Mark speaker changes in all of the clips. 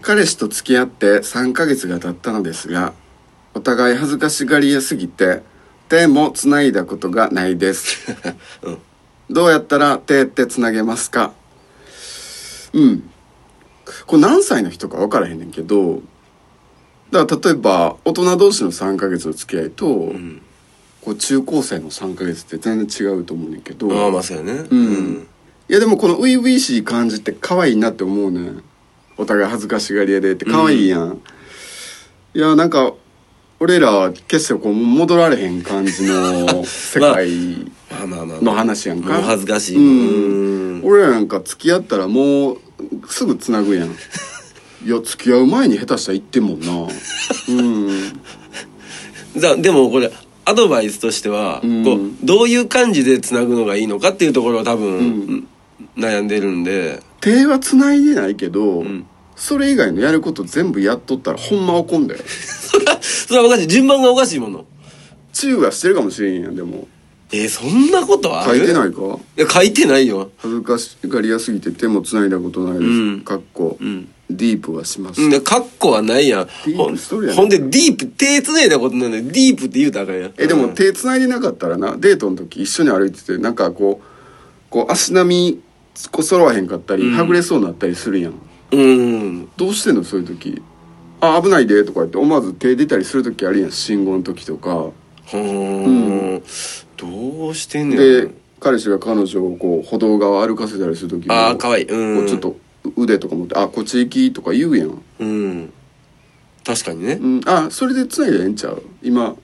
Speaker 1: 彼氏と付き合って3ヶ月が経ったのですがお互い恥ずかしがり屋すぎて手もつないだことがない です、どうやったら手ってつなげますかうんこれ何歳の人か分からへんねんけどだから例えば大人同士の3ヶ月の付き合いと、
Speaker 2: うん
Speaker 1: こう中高生の3ヶ月って全然違うと思うねんけど
Speaker 2: まあまあそうやねうん
Speaker 1: いやでもこの初々しい感じって可愛いなって思うねお互い恥ずかしがり屋でって可愛いやん、いやなんか俺らは決してこう戻られへん感じ の世界、
Speaker 2: まあまあまあ
Speaker 1: の話やんか
Speaker 2: もう恥ずかしい
Speaker 1: うん
Speaker 2: うん
Speaker 1: 俺らなんか付き合ったらもうすぐつな ぐやんいや付き合う前に下手したら言ってんもんなうん
Speaker 2: だでもこれアドバイスとしては、
Speaker 1: うん
Speaker 2: こうどういう感じでつなぐのがいいのかっていうところを多分、悩んでるんで
Speaker 1: 手はつないでないけど、
Speaker 2: ん
Speaker 1: それ以外のやること全部やっとったらほんま怒んだよ
Speaker 2: それはそれはおかしい順番がおかしいもの
Speaker 1: チューはしてるかもしれんやんでも
Speaker 2: えーそんなことあ
Speaker 1: 書
Speaker 2: る
Speaker 1: いてないいか
Speaker 2: や書いてないよ
Speaker 1: 恥ずかしがりやすぎて手もつないだことないです、
Speaker 2: うん
Speaker 1: かっこ、
Speaker 2: ん
Speaker 1: ディープはします、
Speaker 2: うんでカッコはないやん
Speaker 1: ディープストーリーやな
Speaker 2: ほんほんでディープ手つないだことなんでディープって言うたらあかんやん
Speaker 1: えでも
Speaker 2: うん
Speaker 1: 手つないでなかったらなデートの時一緒に歩いててなんかこうこう足並みこう揃わへんかったり、はぐれそうになったりするやん
Speaker 2: うん
Speaker 1: どうしてんのそういう時あ危ないでとか言って思わず手出たりする時あるやん信号の時とか
Speaker 2: ほーんどうしてんね
Speaker 1: で
Speaker 2: ん
Speaker 1: 彼氏が彼女をこう歩道側歩かせたりする時も
Speaker 2: あーかわいいうん
Speaker 1: こうちょっと腕とか持って「あこっち行き」とか言うやん
Speaker 2: うん確かにね
Speaker 1: うん、あそれでつないでええんちゃう今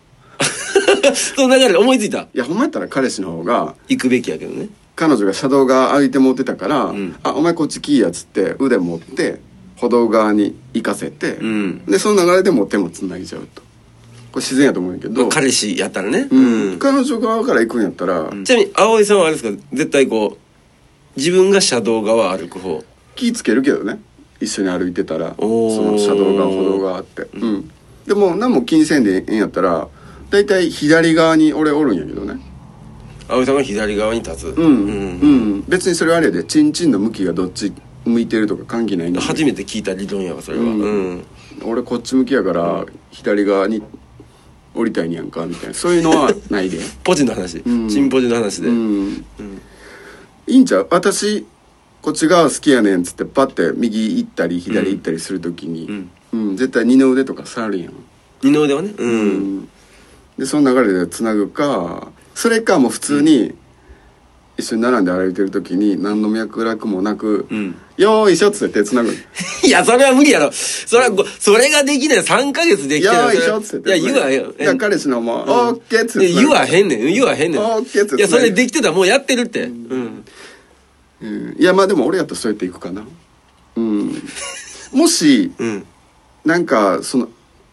Speaker 2: その流れで思いついた
Speaker 1: いやほんまやったら彼氏の方が
Speaker 2: 行くべきやけどね
Speaker 1: 彼女が車道側歩いて持ってたから「
Speaker 2: ん
Speaker 1: あお前こっち来いや」つって腕持って歩道側に行かせて、
Speaker 2: うん
Speaker 1: でその流れでもう手もつないじゃうとこれ自然やと思うんやけど、
Speaker 2: 彼氏やったらね、
Speaker 1: うん彼女側から行くんやったら、
Speaker 2: ちなみに葵さんはあれですか絶対こう自分が車道側歩く方
Speaker 1: 気ぃつけるけどね一緒に歩いてたらそ
Speaker 2: おー
Speaker 1: の車道側歩道側あって、うん、でも何も気にせんでええんやったら大体左側に俺おるんやけどね
Speaker 2: 葵さんは左側に立つ
Speaker 1: う、
Speaker 2: うん
Speaker 1: うん別にそれはあれやでチンチンの向きがどっち向いてるとか関係ないんだ
Speaker 2: 初めて聞いた理論やわそれは
Speaker 1: うん
Speaker 2: うん
Speaker 1: 俺こっち向きやから左側に降りたいんやんかみたいな そういうのはないで
Speaker 2: ポジの話、
Speaker 1: ん
Speaker 2: チンポジの話 で、
Speaker 1: うん、いいんちゃう私こっち側好きやねんっつってパッて右行ったり左行ったりするときに、うん絶対二の腕とか触るやん、
Speaker 2: 二の腕はねうん、
Speaker 1: でその流れでつなぐかそれかもう普通に一緒に並んで歩いてる時に何の脈絡もなく「
Speaker 2: ん
Speaker 1: よ ーいしょ」っつって手つなぐ
Speaker 2: いやそれは無理やろそれはごそれができない3か月できて
Speaker 1: よ
Speaker 2: な
Speaker 1: ーい
Speaker 2: いそれ
Speaker 1: し
Speaker 2: は
Speaker 1: ょっつって
Speaker 2: いや言わへんよ
Speaker 1: じゃあ彼氏のもう「オッケー」っつっ
Speaker 2: い
Speaker 1: て
Speaker 2: や言わへんねん言わへんねん
Speaker 1: オッケーっつって
Speaker 2: いやそれできてたらもうやってるってうん
Speaker 1: うんいやまあでも俺やったらそうやっていくかな うんもし
Speaker 2: うん
Speaker 1: なんかその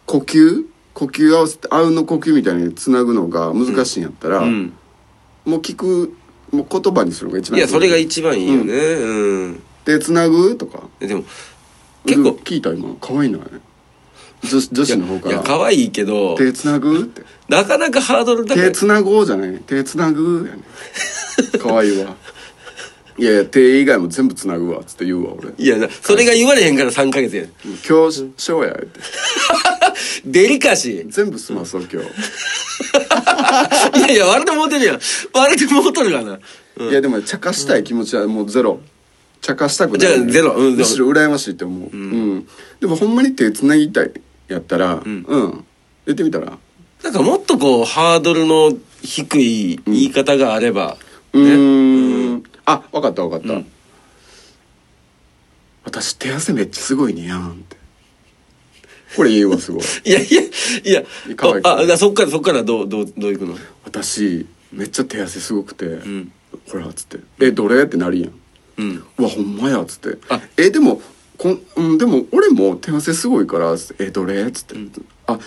Speaker 1: 呼吸呼吸合わせてあうんの呼吸みたいにつなぐのが難しいんやったら、
Speaker 2: うん
Speaker 1: もう聞くもう言葉にするのが一番
Speaker 2: いやそれが
Speaker 1: い
Speaker 2: 一番いいよねうん、
Speaker 1: でつなぐとか
Speaker 2: でも結構
Speaker 1: うん聞いた今可愛いのがね女子女子の方か
Speaker 2: いや
Speaker 1: ら
Speaker 2: 可愛いけ
Speaker 1: 「
Speaker 2: ど
Speaker 1: 手つなぐ?」って
Speaker 2: なかなかハードル
Speaker 1: 「
Speaker 2: 高
Speaker 1: 手
Speaker 2: い
Speaker 1: つなごう」じゃない「手つなぐ」やね 可愛いわいやいや手以外も全部つなぐわっつって言うわ俺
Speaker 2: いやなそれが言われへんから3ヶ月や
Speaker 1: 今日しょうやって
Speaker 2: デリ カシ
Speaker 1: 全部済まそう今日、
Speaker 2: ーいやいや笑ってもうてるやん笑ってもうとるがない
Speaker 1: やでも茶化したい気持ちはもうゼロ茶化したくない、
Speaker 2: じゃあゼロうん
Speaker 1: むしろ羨ましいって思ううん、でもほんまに手つなぎたいやったらうん、言ってみたら
Speaker 2: なんかもっとこうハードルの低い言い方があれば、
Speaker 1: うーんあわかったわかった、私手汗めっちゃすごいねやんってこれ言うわ すごい
Speaker 2: いやいやいや
Speaker 1: 可愛い
Speaker 2: ああだからそっからそっからどうどうどういくの
Speaker 1: 私めっちゃ手汗すごくて、
Speaker 2: ん
Speaker 1: ほらっつって「えどれ?」ってなるやん
Speaker 2: うん
Speaker 1: うわほんまや」っつって
Speaker 2: あ
Speaker 1: 「えでもこん、うん、でも俺も手汗すごいから」つってえどれ?」っつって「あ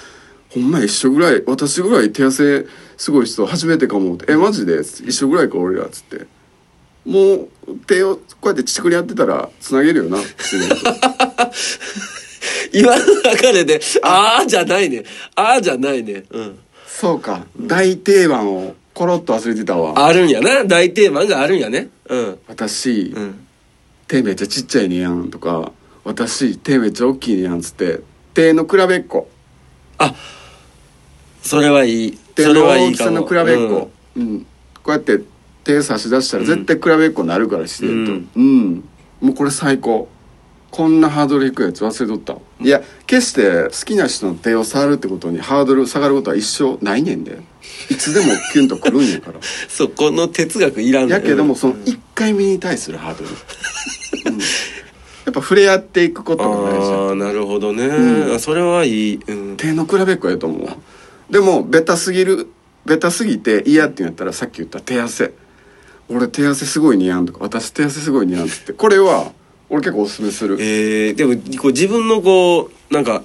Speaker 1: ほんま一緒ぐらい私ぐらい手汗すごい人初めてかも」って「えマジで?」つって一緒ぐらいか俺ら」っつってもう手をこうやってちくり合ってたらつなげ るよな自然と
Speaker 2: 今の流れで「ああ」じゃないね「ああ」じゃないねうん
Speaker 1: そうか大定番をコロッと忘れてたわ
Speaker 2: あるんやな大定番があるんやねうん
Speaker 1: 私、手めっちゃちっちゃいねやんとか私手めっちゃ大きいやん」つって手の比べっこ
Speaker 2: あそれはいい
Speaker 1: 手
Speaker 2: それ
Speaker 1: の
Speaker 2: はい
Speaker 1: 大
Speaker 2: い
Speaker 1: き
Speaker 2: か
Speaker 1: さ
Speaker 2: も
Speaker 1: の比べっこ、うんこうやって手差し出したら絶対比べっこなるから自然とうん、もうこれ最高こんなハードル低いやつ忘れとったいや決して好きな人の手を触るってことにハードル下がることは一生ないねんでいつでもキュンとくるんやから
Speaker 2: うん そこの哲学いらんねん
Speaker 1: やけどもその1回目に対するハードル、うんやっぱ触れ合っていくことが大事
Speaker 2: ああなるほどね、
Speaker 1: うん
Speaker 2: あそれはいい、うん、
Speaker 1: 手の比べっこやと思うでもベタすぎるベタすぎて嫌って言うんやったらさっき言った手汗俺手汗すごい似合うとか私手汗すごい似合うっつってこれは俺結構おすすめする
Speaker 2: えー、でもこう自分のこうなんか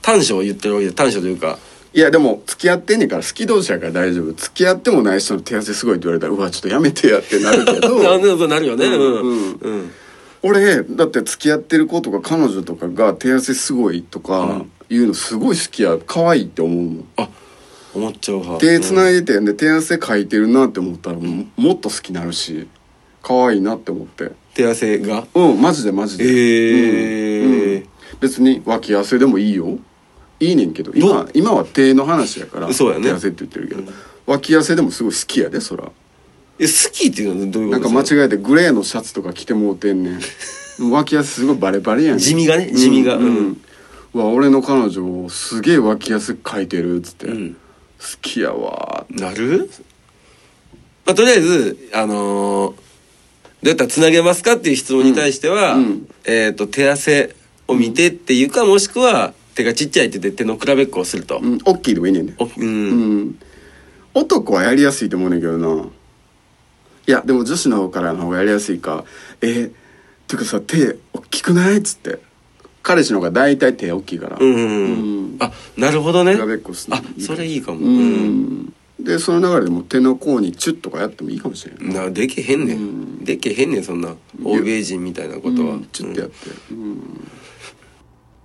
Speaker 2: 短所を言ってるわけで短所というか
Speaker 1: いやでも付き合ってんねんから好き同士やから大丈夫付き合ってもない人の手汗すごいって言われたらうわちょっとやめてやってなるけ
Speaker 2: な
Speaker 1: ど
Speaker 2: るほどなるよねうん
Speaker 1: うん
Speaker 2: うん
Speaker 1: 俺だって付き合ってる子とか彼女とかが手汗すごいとか言うのすごい好きや可愛いって思うもん
Speaker 2: あ思っちゃう派、
Speaker 1: 手つないいでて、で手汗かいてるなって思ったらももっと好きになるし可愛いなって思って
Speaker 2: 手汗が
Speaker 1: うんマジでマジで、
Speaker 2: へー
Speaker 1: うんうん別に脇汗でもいいよいいねんけど
Speaker 2: ど
Speaker 1: 今
Speaker 2: う
Speaker 1: 今は手の話やから
Speaker 2: そうやね
Speaker 1: 手汗って言ってるけど、脇汗でもすごい好きやでそら
Speaker 2: え好きっていうのはどういう
Speaker 1: な
Speaker 2: こ
Speaker 1: ん
Speaker 2: と
Speaker 1: か
Speaker 2: です
Speaker 1: 間違えてグレーのシャツとか着てもうてんね ん脇汗すごいバレバレやん
Speaker 2: 地味がね地味が
Speaker 1: うん、う
Speaker 2: うん
Speaker 1: んうわ俺の彼女すげえ脇汗かいてるっつって、
Speaker 2: うん
Speaker 1: 好きやわー
Speaker 2: なる、まあ、とりあえずあのーどうやったらつなげますかっていう質問に対しては、
Speaker 1: うんうん
Speaker 2: えっ、と手汗を見てっていうか、もしくは手がちっちゃいって言って手の比べっこをすると、
Speaker 1: うん、オッキーでもいいねんで
Speaker 2: おうん
Speaker 1: うん、男はやりやすいと思うねんけどないやでも女子の方からの方がやりやすいかえー、ていうかさ手大きくないっつって彼氏の方が大体手大きいから
Speaker 2: うんうんうん
Speaker 1: うん
Speaker 2: あなるほどね
Speaker 1: 比べっこする
Speaker 2: あそれいいかも
Speaker 1: うん、でその流れでも手の甲にチュッとかやってもいいかもしれない、
Speaker 2: なでけへんねん、
Speaker 1: うん
Speaker 2: でけへんねんそんな欧米人みたいなことは、
Speaker 1: うんチュッてやって、うん